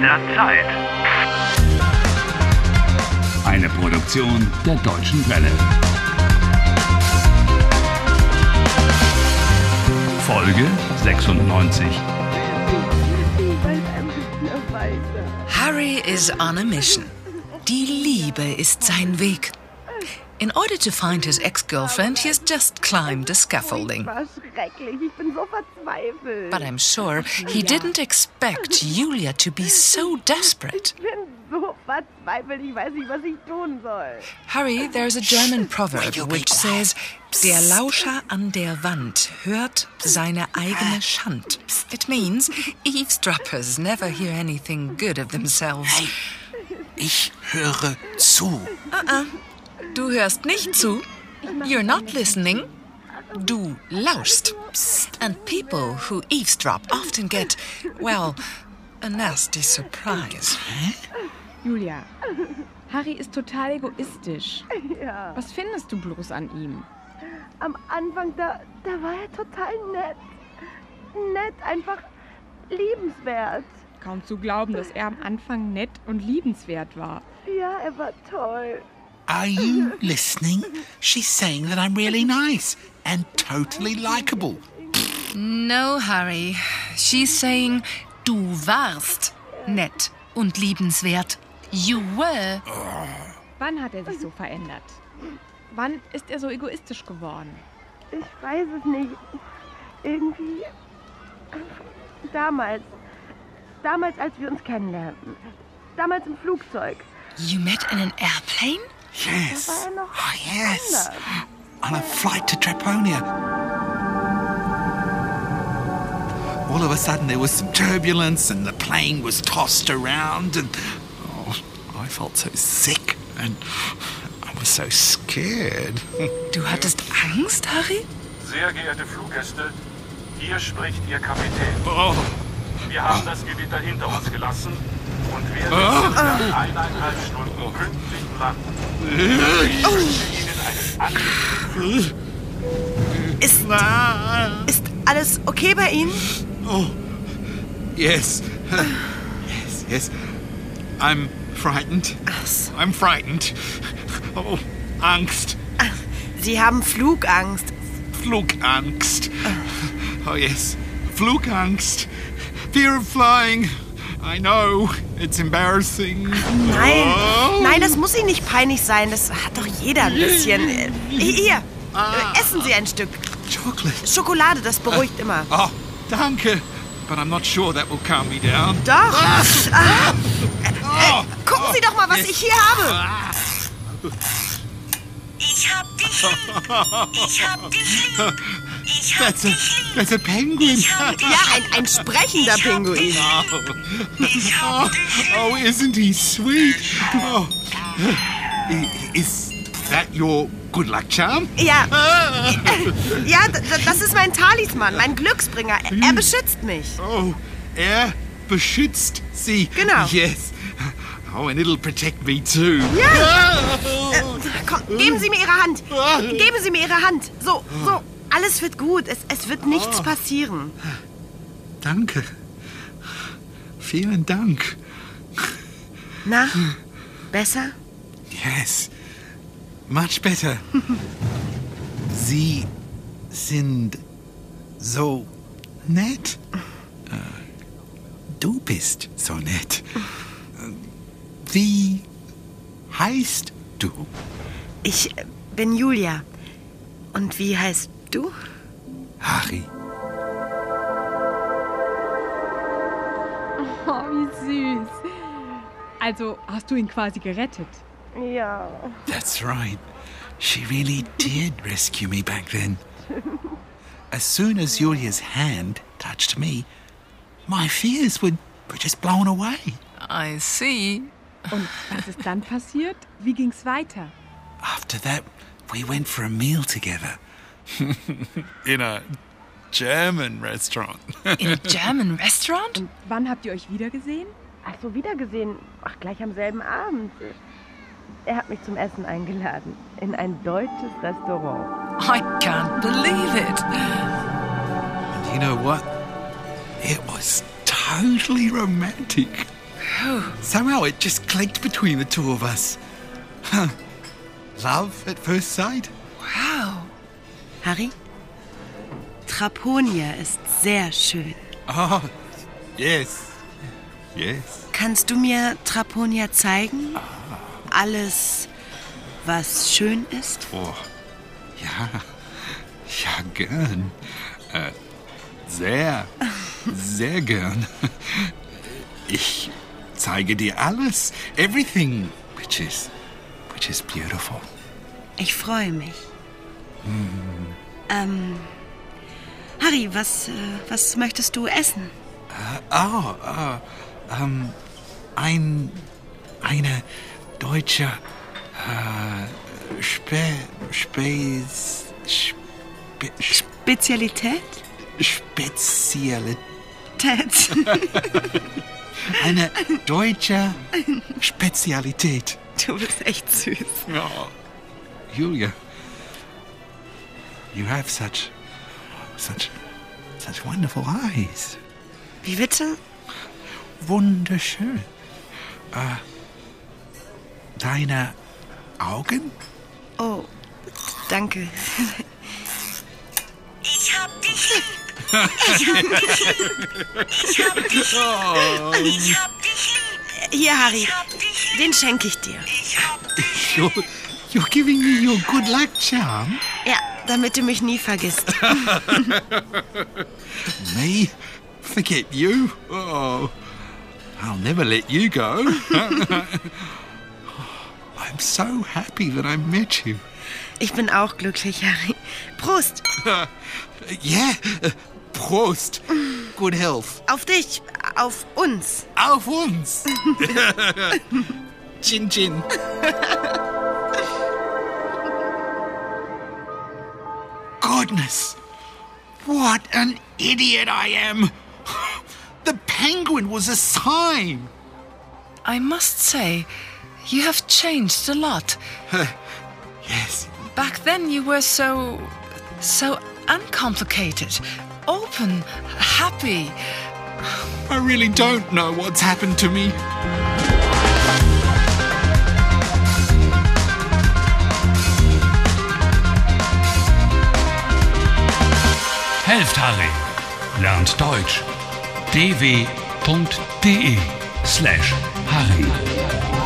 der Zeit. Eine Produktion der Deutschen Welle. Folge 96. Harry is on a mission. Die Liebe ist sein Weg. In order to find his ex-girlfriend, he has just climbed a scaffolding. Hm. war schrecklich. Ich bin so verzweifelt. But I'm sure he didn't expect Julia to be so desperate. ich bin so verzweifelt. Ich weiß nicht, was ich tun soll. Harry, there's a German proverb which says, Der Lauscher an der Wand hört seine Ah. eigene Schand. It means eavesdroppers never hear anything good of themselves. Ich höre zu. Uh-uh. Du hörst nicht zu. You're not listening. Du lauschst. And people who eavesdrop often get, well, a nasty surprise. Julia, Harry ist total egoistisch. Was findest du bloß an ihm? Am Anfang, da, da war er total nett. Nett, einfach liebenswert. Kaum zu glauben, dass er am Anfang nett und liebenswert war. Ja, er war toll. Are you listening? She's saying that I'm really nice and totally likable. No, Harry. She's saying, du warst nett und liebenswert. You were. Wann hat er sich so verändert? Wann ist er so egoistisch geworden? Ich weiß es nicht. Irgendwie. Damals. Damals, als wir uns kennenlernten. Damals im Flugzeug. You met in an airplane? Yes. War er noch Oh, yes. anders. On a flight to Treponia. All of a sudden, there was some turbulence and the plane was tossed around, and oh, I felt so sick and I was so scared. Du hattest Angst, Harry? Sehr geehrte Fluggäste, hier spricht Ihr Kapitän. Oh, Wir haben das Gewitter hinter uns gelassen und werden nach eineinhalb Stunden pünktlich landen. Ich wünsche Ihnen einen angenehmen Ist, ah, ist alles okay bei Ihnen? yes. yes, yes. I'm frightened. I'm frightened. Oh, Angst. Sie haben Flugangst. Flugangst. Oh, yes. Flugangst. Fear of flying. I know. It's embarrassing. Nein, Oh. nein, das muss Ihnen nicht peinlich sein. Das hat doch jeder ein bisschen. Äh, Hier, äh, essen Sie ein Stück. Chocolate. Schokolade, das beruhigt immer. Oh, danke. But I'm not sure that will calm me down. Doch. Ah. Äh, äh, gucken Sie doch mal, was ich hier habe. Ich hab dich lieb. Ich hab dich lieb. Ich hab That's a, dich lieb. that's a penguin. Ich hab dich Ja, ein, ein sprechender Pinguin. Ich hab dich lieb. Oh, isn't he sweet? Oh. I- Is that your good luck charm? Ja, ja, d- d- das ist mein Talisman, mein Glücksbringer. Er, er beschützt mich. Oh, er beschützt sie. Genau. Yes. Oh, and it'll protect me too. Komm, geben Sie mir Ihre Hand. Geben Sie mir Ihre Hand. So, so. Alles wird gut. Es, es wird nichts passieren. Danke. Vielen Dank. Na? Besser? Yes. Much better. Sie sind so nett. Äh, Du bist so nett. Äh, Wie heißt du? Ich äh, bin Julia. Und wie heißt du? Harry. Oh, wie süß. Also hast du ihn quasi gerettet. Ja. That's right. She really did rescue me back then. As soon as Julia's hand touched me, my fears were, were just blown away. I see. Und was ist dann passiert? Wie ging's weiter? After that, we went for a meal together. In a German restaurant. In a German restaurant? Wann habt ihr euch wiedergesehen? Ach so, wiedergesehen. Ach, gleich am selben Abend. Er hat mich zum Essen eingeladen. In ein deutsches Restaurant. I can't believe it. You know what? It was totally romantic. Somehow it just clicked between the two of us. Huh. Love at first sight? Wow. Harry? Traponia ist sehr schön. Oh, yes. Yes. Kannst du mir Traponia zeigen? Alles, was schön ist? Oh, ja. Ja, gern. Äh, sehr, sehr gern. Ich zeige dir alles. Everything. Which is, which is beautiful. Ich freue mich. Ähm, Harry, was, äh, was möchtest du essen? Oh, äh, ähm, ein, eine deutsche äh, Spe, Speis, Spe, Spe, Spezialität? Spezialität. Tät. Eine deutsche Spezialität. Du bist echt süß. Oh, Julia, you have such, such, such wonderful eyes. Wie bitte? Wunderschön. Äh, deine Augen? Oh, danke. Ich hab dich lieb. Ich hab dich lieb. Ich hab dich lieb. Hier, Harry, Ich hab dich lieb. den schenke ich dir. Ich hab dich lieb. You're, you're giving me your good luck charm. Ja, damit du mich nie vergisst. Me? Forget you? Oh, I'll never let you go. I'm so happy that I met you. Ich bin auch glücklich, Harry. Prost, Yeah, uh, Prost. Good health. auf dich, auf uns. Auf uns. Chin Chin. Goodness. What an idiot I am. The penguin was a sign. I must say, you have changed a lot. Yes. Back then you were so. so uncomplicated, open, happy. I really don't know what's happened to me. Helft Harry. Lernt Deutsch. dw.de slash e Harry.